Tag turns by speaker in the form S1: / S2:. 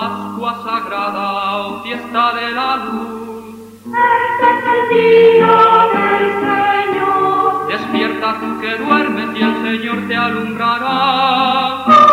S1: Pascua sagrada o fiesta de la luz.
S2: Este es el día del Señor.
S1: Despierta tú que duermes y el Señor te alumbrará. oh